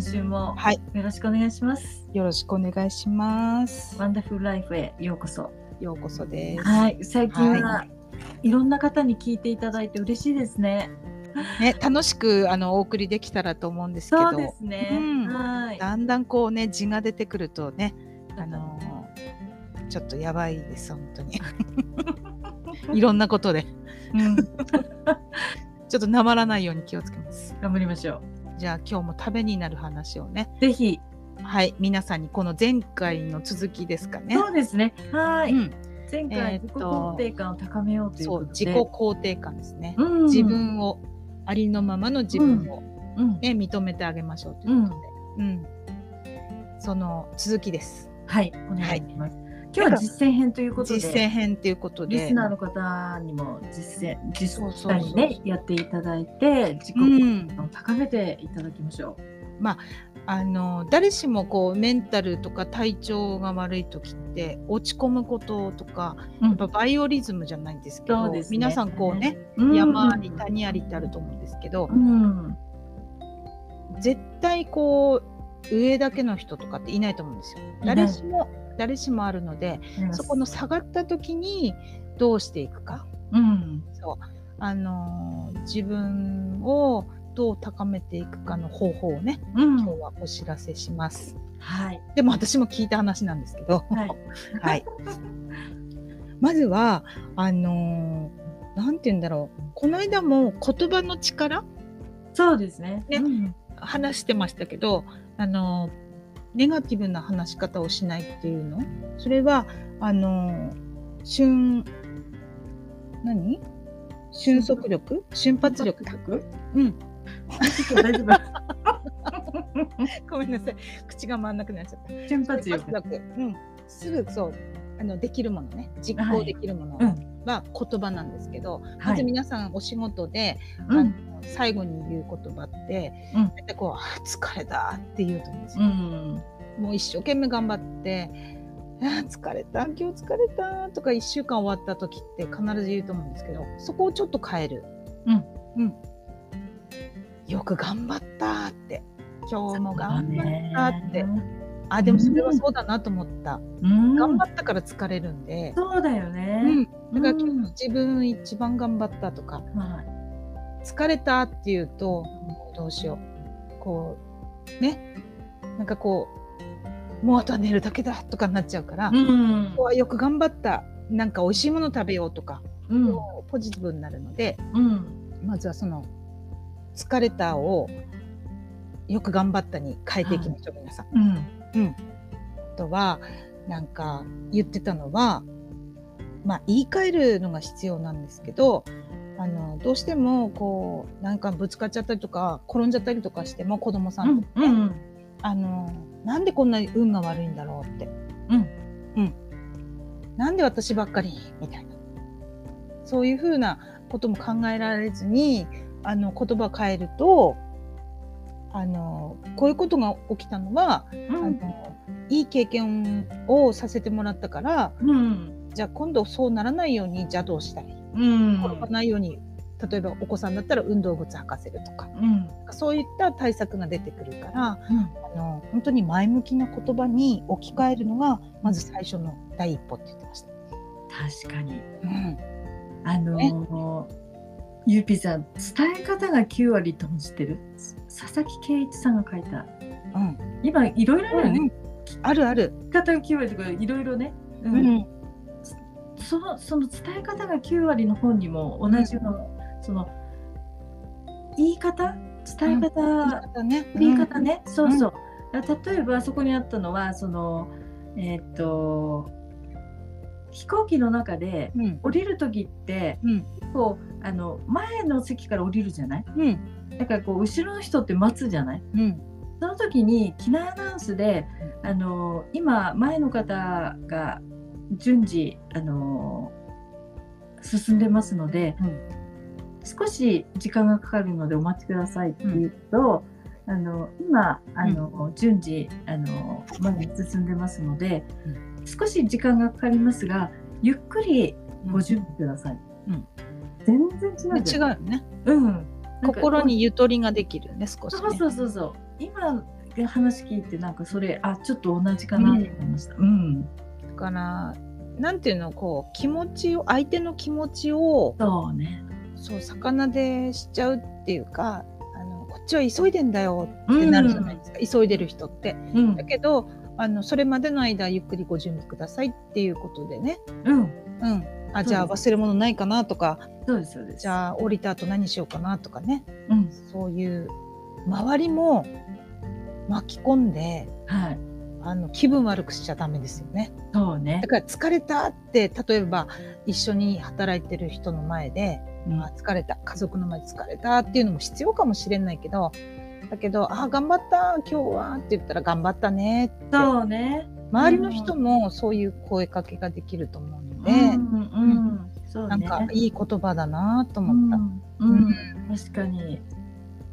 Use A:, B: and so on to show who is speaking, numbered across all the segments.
A: 週も
B: はい、
A: よろしくお願いします。
B: よろしくお願いします。
A: ワンダフルライフへようこそ。
B: ようこそです。
A: はい、最近は、、
B: はい
A: ろんな方に聞いていただいて嬉しいですね。
B: ね、楽しくあのお送りできたらと思うんですけど、
A: そうですね。
B: うん
A: はい。
B: だんだんこうね字が出てくるとね、あ
A: あの
B: のーちょっとやばいです本 当に。いろんなことで、うん、ちょっとなまらないように気をつけます。
A: 頑張りましょ
B: じゃあ今日もためになる話をね、
A: う。ぜひ、
B: はい皆さんにこの前回の続きですかね。
A: そうですね。はい、
B: うん、
A: 前
B: え
A: 回
B: ー
A: 自
B: っ
A: 己
B: と
A: 肯定感を高めようという
B: そ
A: こ
B: う
A: とで、
B: 自己肯定感ですね。
A: うん
B: 自、分をありのままの自分を、
A: うん、
B: ね、認めてあげましょうということで、うんその続きです
A: はい、お願いします。今日は実践編ということで、
B: 実践編ということで
A: リスナーの方にも実践、実
B: そうそう
A: 際
B: そう
A: にねやっていただいて自己
B: う
A: 肯
B: ん
A: 定、感を高めていただきましょう。
B: あの誰しもこうメンタルとか体調が悪い時って落ち込むこととか
A: うん
B: やっぱバイオリズムじゃないんですけ
A: そ
B: ど
A: うですね
B: 皆さんこうね
A: うん
B: 山あり谷ありってあると思うんですけど
A: う、ん、
B: 絶対こう上だけの人とかっていないと思うんですよ。
A: ない
B: 誰しも誰しもあるのでそこの下がった時にどうしていくか。
A: うん、
B: そうあのー自分をどう高めていくかの方法をね
A: うん、
B: 今日はお知らせします。
A: はい、
B: でも私も聞いた話なんですけど、
A: はい
B: はいまずはあのーなんて言うんだろうこの間も言葉の力
A: そうですね。
B: ね
A: うん
B: 話してましたけど、あのーネガティブな話し方をしないっていうのそれはあのー瞬何瞬速力瞬発力だうん
A: 大丈夫。
B: ごめんなさい口が回んなくなっちゃった。
A: 瞬発力。
B: うん、すぐそうあのできるものね実行できるもの
A: はい
B: は言葉なんですけど、まず
A: はい
B: 皆さんお仕事で、
A: う
B: あ
A: ん、
B: の最後に言う言葉って、
A: うん
B: 大体こうあ「疲れた」って言うと思うんです
A: う
B: よ。
A: ん、
B: もう一生懸命頑張って「あー疲れた今日疲れた」とか1週間終わった時って必ず言うと思うんですけどそこをちょっと変える。
A: うん
B: うん、よく頑張ったって今日も頑張ったって。あでもそれはそうだなと思った、
A: うん、
B: 頑張ったから疲れるんで、
A: そうだよ
B: う
A: ね。
B: ん、だから今日自分一番頑張ったとか
A: うんはい
B: 疲れたっていうともうどうしようこうねなんかこうもうあとは寝るだけだとかになっちゃうから、こ
A: うん
B: こ、はよく頑張ったなんか美味しいもの食べようとか、
A: うん、
B: こうポジティブになるので
A: うん、
B: まずはその疲れたをよく頑張ったに変えていきましょう、皆さん。
A: うん、
B: あとはなんか言ってたのは、まあ、言い換えるのが必要なんですけどあのどうしてもこうなんかぶつかっちゃったりとか転んじゃったりとかしても子供さ
A: うんん
B: と、
A: う
B: かね、
A: ん、
B: あのなんでこんなに運が悪いんだろうって、
A: うん
B: うんなんで私ばっかりみたいなそういうふうなことも考えられずにあの言葉を変えるとあのこういうことが起きたのは
A: う
B: あ
A: ん、
B: のいい経験をさせてもらったから
A: うん、
B: じゃあ今度そうならないように邪道したり
A: うん、
B: 転ばないように例えばお子さんだったら運動靴履かせるとか
A: うん、
B: そういった対策が出てくるから
A: うん。
B: あの本当に前向きな言葉に置き換えるのがまず最初の第一歩って言ってました。
A: 確かに。
B: うん
A: あのーゆうぴーさん伝え方が9割とも知ってる佐々木圭一さんが書いた
B: うん
A: 今いろいろあるよね、
B: あるある、
A: 伝え方が9割とかいろいろね、う
B: うん
A: んそのその伝え方が9割の本にも同じの、その言い方伝え
B: 言い
A: 方、
B: 方ね
A: 言い方、ね、そうそう、例えばそこにあったのはそのえーっと飛行機の中で
B: うん
A: 降りる時って
B: うん
A: こうあの前の席から降りるじゃない
B: うん
A: だからこう後ろの人って待つじゃない
B: うん
A: その時に機内アナウンスで、あの今前の方が順次あの進んでますので、
B: うん
A: 少し時間がかかるのでお待ちくださいって言うと、あの今あの、順次あの前に進んでますので、少し時間がかかりますがゆっくりご準備ください。
B: うん
A: 全然違うじゃん
B: 違うよね
A: うん、なんか
B: 心にゆとりができるね少しね
A: そうそうそうそう今で話聞いてなんかそれあちょっと同じかなと思いました。うん、
B: だからなんていうのこう気持ちを相手の気持ちを
A: そうね。
B: そう魚でしちゃうっていうかあのこっちは急いでんだよってなるじゃないですか、急いでる人って。
A: うん
B: だけどあのそれまでの間ゆっくりご準備くださいっていうことでね、
A: うん、
B: うん、
A: そ
B: あ
A: うです
B: じゃあ忘れ物ないかなとか
A: そうですそうです。
B: じゃあ降りた後何しようかなとかね
A: うん、
B: そういう周りも巻き込んで
A: はい、
B: あの気分悪くしちゃダメですよね。
A: そうね
B: だ。から疲れたって例えば一緒に働いてる人の前で
A: うん
B: あ疲れた家族の前で疲れたっていうのも必要かもしれないけどだけど「あー頑張った今日は」って言ったら「頑張ったね」って
A: そうね。
B: 周りの人もそういう声かけができると思うので、
A: うんうん、そう
B: なん
A: ね。
B: かいい言葉だなと
A: う
B: 思った。
A: ん、うん、確かに。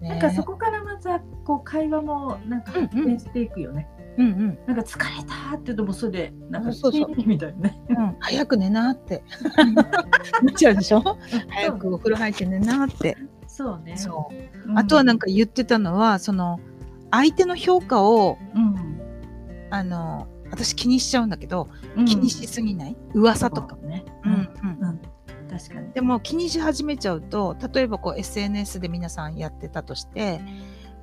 B: ね
A: なんかそこからまたこう会話もなんか発展していくよね。
B: うんうん
A: なんか疲れたーって言うともうそれでなんか
B: そうそう
A: キーみたいなね。
B: うん、早く寝 なってなっちゃうでしょ早
A: そう
B: くお風呂入って寝なって
A: そうね。
B: そう
A: うん
B: あとはなんか言ってたのはその相手の評価を
A: うん、
B: あの私気にしちゃうんだけど、
A: うん
B: 気にしすぎない噂とか、
A: そうね。
B: う
A: うんん、
B: うん
A: 確かに。
B: でも気にし始めちゃうと例えばこう SNS で皆さんやってたとして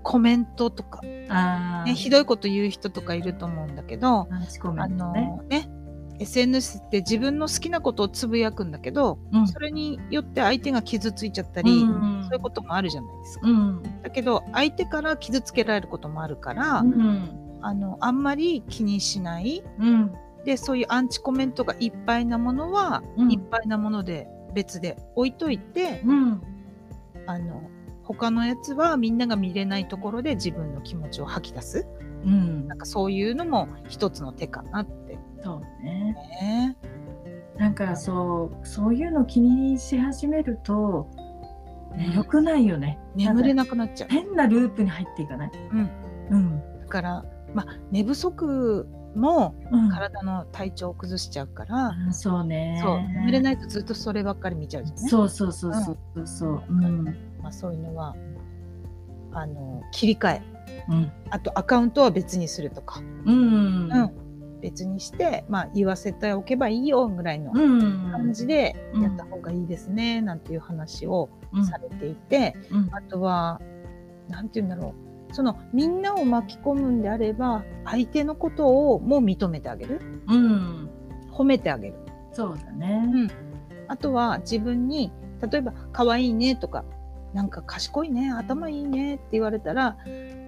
B: コメントとか、ね、
A: ああ、
B: ひどいこと言う人とかいると思うんだけど、
A: アンチコメ
B: あ
A: ント
B: の
A: ね。
B: ね SNS って自分の好きなことをつぶやくんだけど、
A: うん
B: それによって相手が傷ついちゃったり、
A: うん
B: そういうこともあるじゃないですか。
A: うん、
B: だけど相手から傷つけられることもあるから、
A: うん、
B: あのあんまり気にしない
A: うん、
B: でそういうアンチコメントがいっぱいなものは、
A: うん
B: いっぱいなもので別で置いといて、
A: うん、
B: あの他のやつはみんなが見れないところで自分の気持ちを吐き出す
A: うん
B: なん、かそういうのも一つの手かなって
A: そうね。
B: ね。
A: なんかそうそういうの気にし始めると、ね、良くないよね。
B: 眠れ
A: なんか
B: なくなっちゃう。
A: 変なループに入っていかない。
B: うん、
A: うん、
B: だから、まあ、寝不足も
A: うん、
B: 体の体調を崩しちゃうから、
A: あそうね。
B: そう眠れないとずっとそればっかり見ちゃうじゃない
A: そうそうそうそうそう。うん。
B: まあ、そういうのはあの切り替え
A: うん。
B: あとアカウントは別にするとか、
A: うん。
B: うん、別にして、まあ、言わせておけばいいよぐらいの
A: うん。
B: 感じで
A: うん
B: やった方がいいですね、なんていう話を
A: うん
B: されていて、
A: うん
B: あとはなんて言うんだろうそのみんなを巻き込むんであれば相手のことをもう認めてあげる
A: うん。
B: 褒めてあげる
A: そうだね。
B: あとは自分に例えば「可愛いね」とか「なんか賢いね頭いいね」って言われたら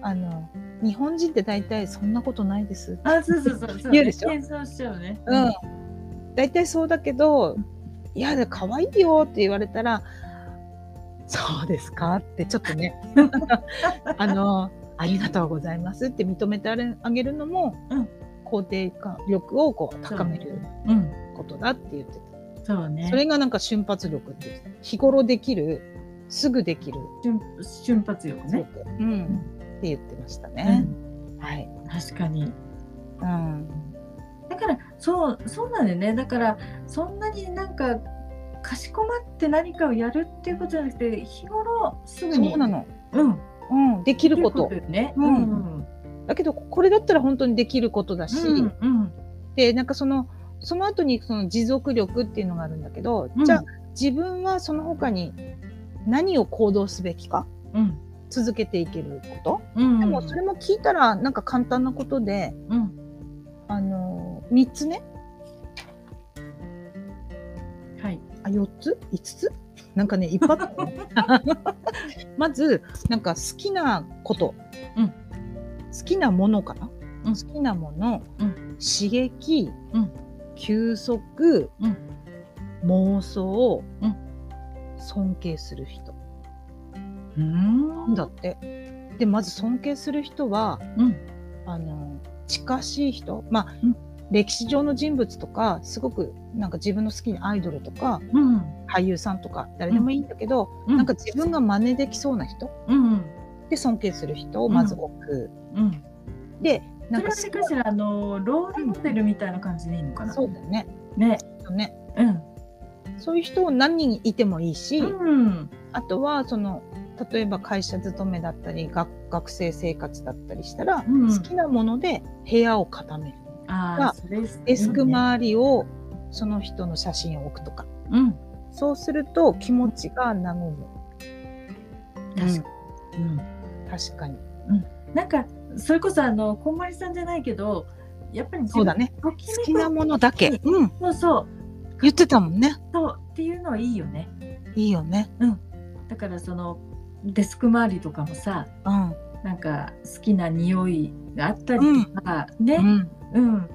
B: あの日本人って大体そんなことないです
A: あ、そうそうそうそう。
B: 言うでしょ
A: 謙遜しちゃうね。
B: うん。、大体そうだけど「いやだ可愛いよ」って言われたら「そうですか」ってちょっと ねあの「ありがとうございます」って認めてあれあげるのも、
A: うん
B: 肯定感力をこう高める
A: うん。
B: ことだって言ってた、
A: そうね。
B: それがなんか瞬発力って言ってた日頃できるすぐできる
A: 瞬瞬発力ね。
B: 力、うん、って言ってましたね。はい、
A: うん確かに。
B: うん
A: だからそうそうなんだよね。だからそんなになんかかしこまって何かをやるっていうことじゃなくて日頃すぐに
B: そうなの、
A: うん
B: うん、できること
A: できよね。
B: う
A: うんん
B: だけどこれだったら本当にできることだし、
A: うんうん
B: でなんかそのその後にその持続力っていうのがあるんだけど、
A: うん
B: じゃあ自分はその他に何を行動すべきか
A: うん
B: 続けていけること、
A: うん。
B: でもそれも聞いたらなんか簡単なことで、
A: うん
B: あのー、3つね
A: はい。
B: あ4つ5つなんかねいっぱいあったね まずなんか好きなこと、
A: うん
B: 好きなものかな、
A: うん
B: 好きなもの、
A: うん
B: 刺激、
A: うん
B: 休息、
A: うん
B: 妄想、
A: うん
B: 尊敬する人
A: うん
B: だってでまず尊敬する人は
A: うん
B: あの近しい人まあ、
A: うん
B: 歴史上の人物とかすごくなんか自分の好きなアイドルとか
A: うん
B: 俳優さんとか誰でもいいんだけど、
A: うん
B: なんか自分が真似できそうな人
A: うん
B: で尊敬する人をまず置く、
A: うん。
B: でな
A: そ
B: ん
A: れはあ
B: か
A: れかしらあのロールモデルみたいな感じでいいのかな。
B: そうだよね
A: ね。
B: よね
A: うん。
B: そういう人を何人いてもいいし、
A: うん。
B: あとはその例えば会社勤めだったり学学生生活だったりしたら、
A: うん
B: 好きなもので部屋を固める
A: あ
B: が
A: あ、それですね
B: デスク周りをその人の写真を置くとか
A: うん、
B: そうすると気持ちが和む
A: 確かに。うん
B: 確かに
A: なんかそれこそあのこんまりさんじゃないけどやっぱり自
B: そう
A: 分
B: だね
A: ときめく
B: 好きなものだけ、うん、
A: そうそう
B: 言ってたもんね
A: そうっていうのはいいよね
B: いいよね
A: だからそのデスク周りとかもさ
B: うん、
A: なんか好きな匂いがあったりとか、
B: う
A: ね
B: ん、
A: うん、
B: 好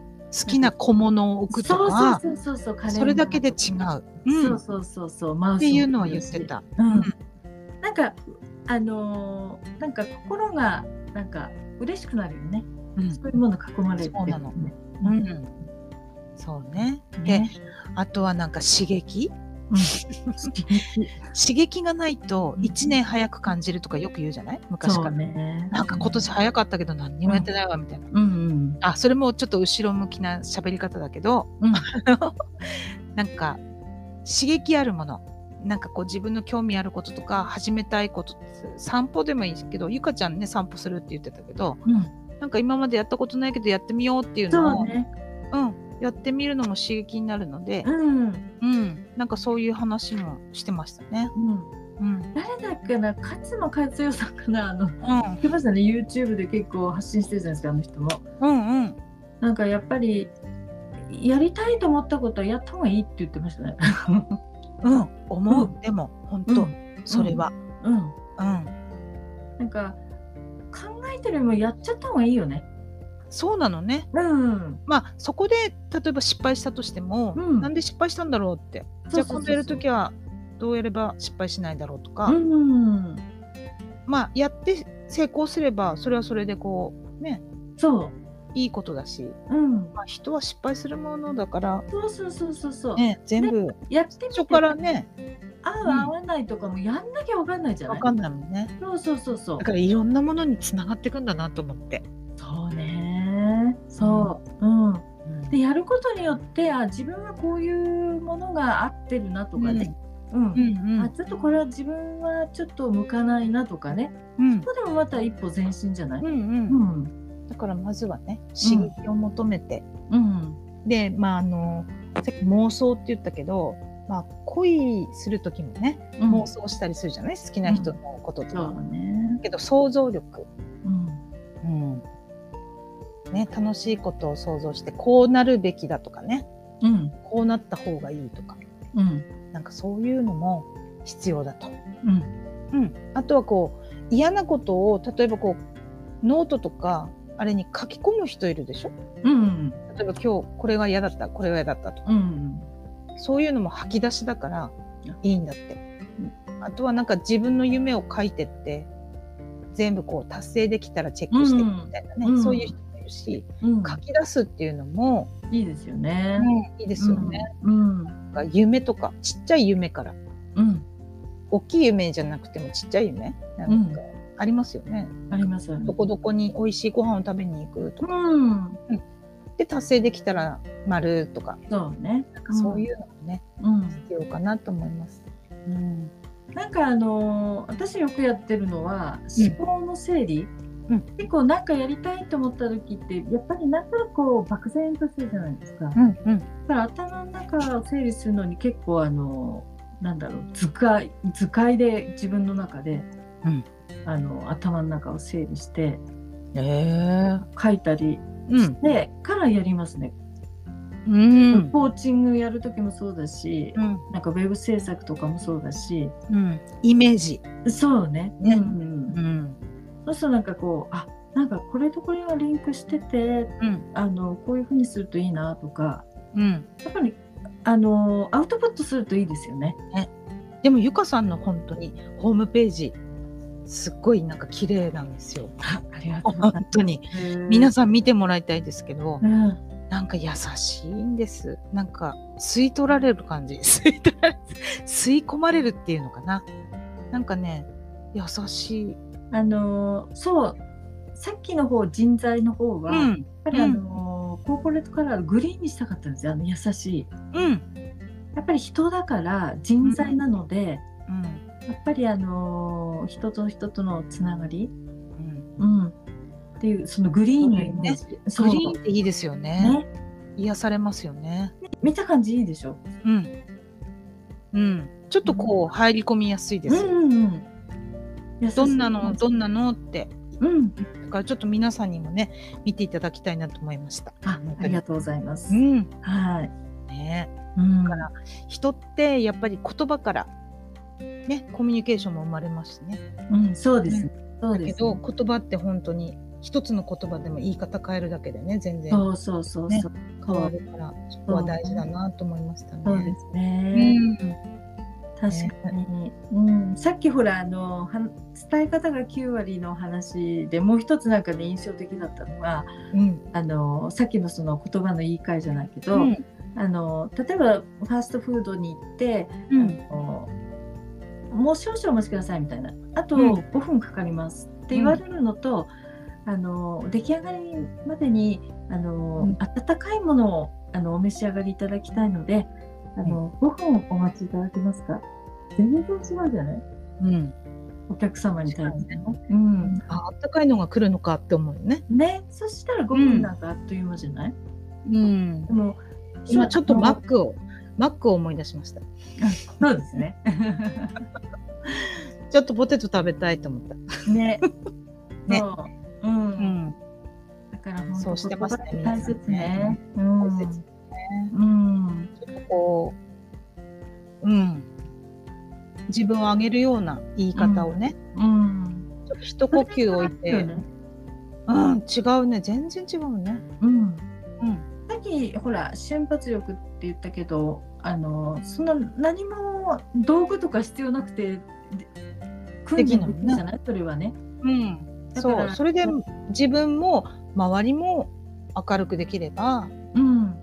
B: きな小物を置くと
A: そう
B: か
A: そうそうそうそう
B: それだけで違
A: う、
B: う、うん、
A: そうそう
B: っ
A: そうそうマウス
B: て
A: も
B: いうのは言ってた
A: うん、
B: うん
A: なんかあのーなんか心がなんか嬉しくなるよね、
B: うん
A: そういうもの囲まれて
B: そうなの
A: う、
B: うんん、そうねで
A: ね
B: あとはなんか刺激
A: うん、
B: 刺激がないと
A: うん
B: 1年早く感じるとかよく言うじゃない昔
A: そ
B: か
A: う
B: ら、
A: ね
B: なんか今年早かったけど何にもやってないわみたいな、
A: うんうん
B: あそれもちょっと後ろ向きな喋り方だけど、
A: うん
B: なんか刺激あるものなんかこう自分の興味あることとか始めたいこと散歩でもいいけどゆかちゃんね散歩するって言ってたけど
A: うん、
B: なんか今までやったことないけどやってみようっていうの
A: そ
B: を
A: うね。
B: うん、やってみるのも刺激になるので、
A: うん、うん、
B: うん、なんかそういう話もしてましたね。うん、
A: 誰だっけな、勝野和代さんかな、あの、
B: うん、
A: 来ましたね、YouTube で結構発信してるじゃないですか、あの人も。
B: うん、うん、
A: なんかやっぱり、やりたいと思ったことはやった方がいいって言ってましたね。
B: うん、思う、
A: う
B: でも、本当、
A: うん
B: それは、
A: うん、
B: うん、
A: なんか、考えてるよりもやっちゃった方がいいよね。
B: そうなのね。
A: うん、
B: まあ、そこで、例えば失敗したとしても、
A: うん
B: なんで失敗したんだろうって。じゃあ、今度やるとき
A: は。
B: は、どうやれば失敗しないだろうとか、
A: うん、
B: まあ、やって成功すれば、それはそれでこう、ね、
A: そ
B: いいことだし。
A: う、うん、
B: まあ、人は失敗するものだから、
A: そうそうそうそうそう、
B: ね、全部、
A: やって
B: 最
A: み
B: 初
A: て
B: から ね、
A: 合う合わないとかもやんなきゃわかんないじゃな
B: わ
A: い。
B: かんないもんね。
A: そうそうそうそう
B: だ。から、いろんなものにつながっていくんだなと思って。
A: そうね。そう。うん。
B: うん
A: でやることによってあ自分はこういうものが合ってるなとかね。うん。
B: うんう
A: あ
B: ん
A: ちょっとこれは自分はちょっと向かないなとかね。
B: うん
A: ここでもまた一歩前進じゃない。
B: う
A: うんん。
B: うん、だからまずはね刺激を求めて、
A: うん。
B: でまああのさっき妄想って言ったけど、まあ、恋する時もね
A: うん
B: 妄想したりするじゃない好きな人のことと
A: そ
B: か、
A: うね。
B: けど想像力、
A: うん。
B: うんね、楽しいことを想像してこうなるべきだとかね
A: うん。
B: こうなった方がいいとか
A: うん。
B: なんかそういうのも必要だと。
A: うん。
B: うん、あとはこう嫌なことを例えばこうノートとかあれに書き込む人いるでしょ
A: うん。
B: 例えば今日これが嫌だったこれが嫌だったとか
A: うん。
B: そういうのも吐き出しだからいいんだって
A: う
B: あとはなんか自分の夢を書いてって全部こう達成できたらチェックしていくみたいなね、
A: うん
B: そういう人もいるし
A: うん。
B: 書き出すっていうのも、
A: いいですよね。
B: いいですよね、
A: うん。
B: なんか夢とかちっちゃい夢から
A: うん。
B: 大きい夢じゃなくてもちっちゃい夢なんかありますよね、
A: ありますよね
B: ど。こどこに美味しいご飯を食べに行くとか
A: うん。
B: で達成できたら丸とか
A: そうね。なん
B: そう
A: う。
B: いうのもね
A: うん。
B: 必要かなと思います。うん
A: なんかあのー私よくやってるのは思考の整理、
B: うん
A: 結構なんかやりたいと思った時ってやっぱりなんかこう漠然としてるじゃないですかだ
B: うんうん
A: から頭の中を整理するのに結構あのーなんだろう図解図解で自分の中で、
B: うん
A: あの頭の中を整理して
B: ええ
A: 書いたり
B: うん
A: でからやりますね、
B: うん
A: コーチングやる時もそうだし
B: うん
A: なんかウェブ制作とかもそうだし
B: うんイメージ
A: そうね
B: ね
A: うん
B: ん
A: そうするとなんかこうあなんかこれとこれがリンクしてて
B: うん
A: あのこういうふうにするといいなとか
B: うん
A: やっぱりあのアウトプットするといいですよ ね。
B: でもゆかさんの本当にホームページすっごいなんか綺麗なんですよ。
A: あありがとうござい
B: 本当に
A: ます。
B: 皆さん見てもらいたいですけど、
A: うん、
B: なんか優しいんです。なんか吸い取られる感じ、 吸い取られ吸い込まれるっていうのかな。なんかね優しい。
A: あのそうさっきの方人材の方は、やっぱりあの、コーポレートカラーをグリーンにしたかったんですよあの優しい。
B: うん
A: やっぱり人だから人材なので、
B: うん。
A: やっぱりあの人と人とのつながり、
B: うん、
A: うん、っていうそのグリーンのイメージ、
B: グ
A: そう
B: リーンっていいですよ
A: ね
B: ね。癒されますよね。
A: 見た感じいいでしょ。
B: うん。うん。ちょっとこう入り込みやすいで
A: う
B: すよ。
A: んうんうん。優しい
B: どんなのどんなのって。
A: うん。
B: だからちょっと皆さんにもね見ていただきたいなと思いました。
A: あ、ありがとうございます
B: う。ん。
A: はい。
B: ね。
A: うん。
B: から人ってやっぱり言葉からねコミュニケーションも生まれますしね。
A: うん、そうですね。そうで
B: け
A: す
B: ど
A: ね。
B: 言葉って本当に一つの言葉でも言い方変えるだけでね全然
A: そうそうそうそう。
B: 変わるからそこは大事だなと思いましたね。
A: そうです
B: う
A: ね。
B: ん
A: 確かに、うん、さっきほらあのは伝え方が9割の話でもう一つなんかね印象的だったのは
B: うん
A: あのさっきのその言葉の言い換えじゃないけど、
B: うん
A: あの例えばファーストフードに行って、
B: うん
A: あのもう少々お待ちくださいみたいなあと
B: うん
A: 5分かかりますって言われるのと、あの出来上がりまでにあの、
B: う
A: 温
B: ん
A: かいものをあのお召し上がりいただきたいのであの、5分お待ちいただけますか全然違うじゃない
B: うん
A: お客様に対して
B: 確
A: の。うん
B: ああったかいのが来るのかって思うよね。
A: ね、そしたら5分なんかあっという間じゃない、
B: うん
A: でも
B: 今ちょっとマッ
A: あの
B: クをマックを思い出しました。
A: そうです ね。
B: ちょっとポテト食べたいと思った。
A: ね。
B: ね
A: そう。うん。
B: うん
A: だから本当
B: そうしてますね
A: 言葉って大切ね。
B: 皆さんね大切
A: うん。うん。
B: ちょっとこううん自分を上げるような言い方をね、
A: うん。
B: ちょっと一呼吸置いて、うん違うね全然違うね。
A: うん。
B: うん
A: さっきほら瞬発力って言ったけど、あのそんな何も道具とか必要なくて。で訓練できるじゃない、それはね。
B: うん、
A: だか
B: そ
A: ら
B: うそれで自分も周りも明るくできれば
A: うん。うん。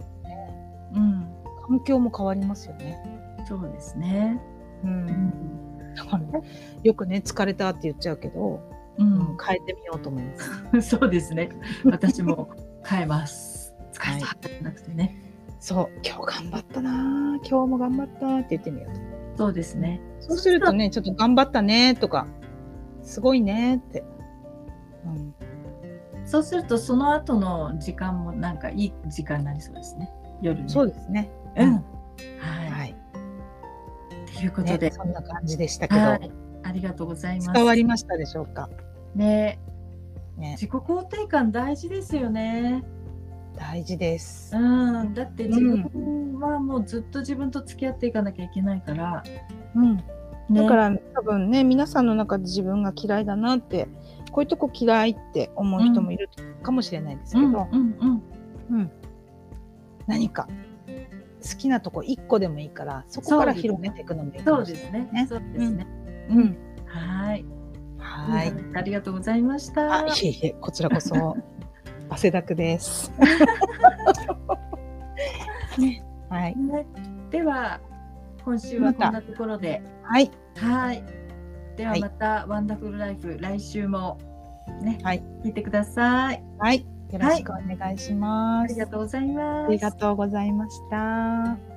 B: 環境も変わりますよね。
A: そうですね。
B: う、
A: うんん。
B: だからねよくね疲れたって言っちゃうけど、
A: う
B: うんん、変えてみようと思いま す。
A: そうですね。私も変えます。使えたじゃなくてね。
B: そう今日頑張ったな今日も頑張ったって言ってみよう
A: そ
B: と。
A: うですね。
B: そうするとねちょっと頑張ったねとかすごいねって。うん
A: そうするとその後の時間もなんかいい時間になりそうですね。夜に。
B: そうですね。
A: うん。はい。
B: はい。
A: ということで、
B: ねそんな感じでしたけど、
A: はい。ありがとうございます。
B: 伝わりましたでしょうか。
A: ね、
B: ね、
A: 自己肯定感大事ですよね。
B: 大事です
A: う。ん。だって自分はもうずっと自分と付き合っていかなきゃいけないから。
B: うん。
A: ね
B: だか。ら多分ね皆さんの中で自分が嫌いだなってこういうとこ嫌いって思う人もいるかもしれないです
A: う
B: けど、
A: んうんうん。
B: 何か好きなとこ一個でもいいからそこから広げていくのもいいか
A: そ
B: も
A: う
B: し
A: で
B: れない。
A: すね。
B: ね
A: そうですね。
B: う
A: うん
B: ん、
A: はい。
B: はい、
A: うんありがとうございまし
B: あ
A: た。
B: いえいえこちらこ そ汗だくです。 ね、はい
A: ねでは今週はこんなところで。
B: はい
A: はい。では
B: はい
A: また、ワンダフルライフ来週もね、
B: はい
A: 聞いてください。
B: はいよろしくお願いし
A: あ
B: ま
A: り
B: す。
A: がとうございます。
B: ありがとうございました。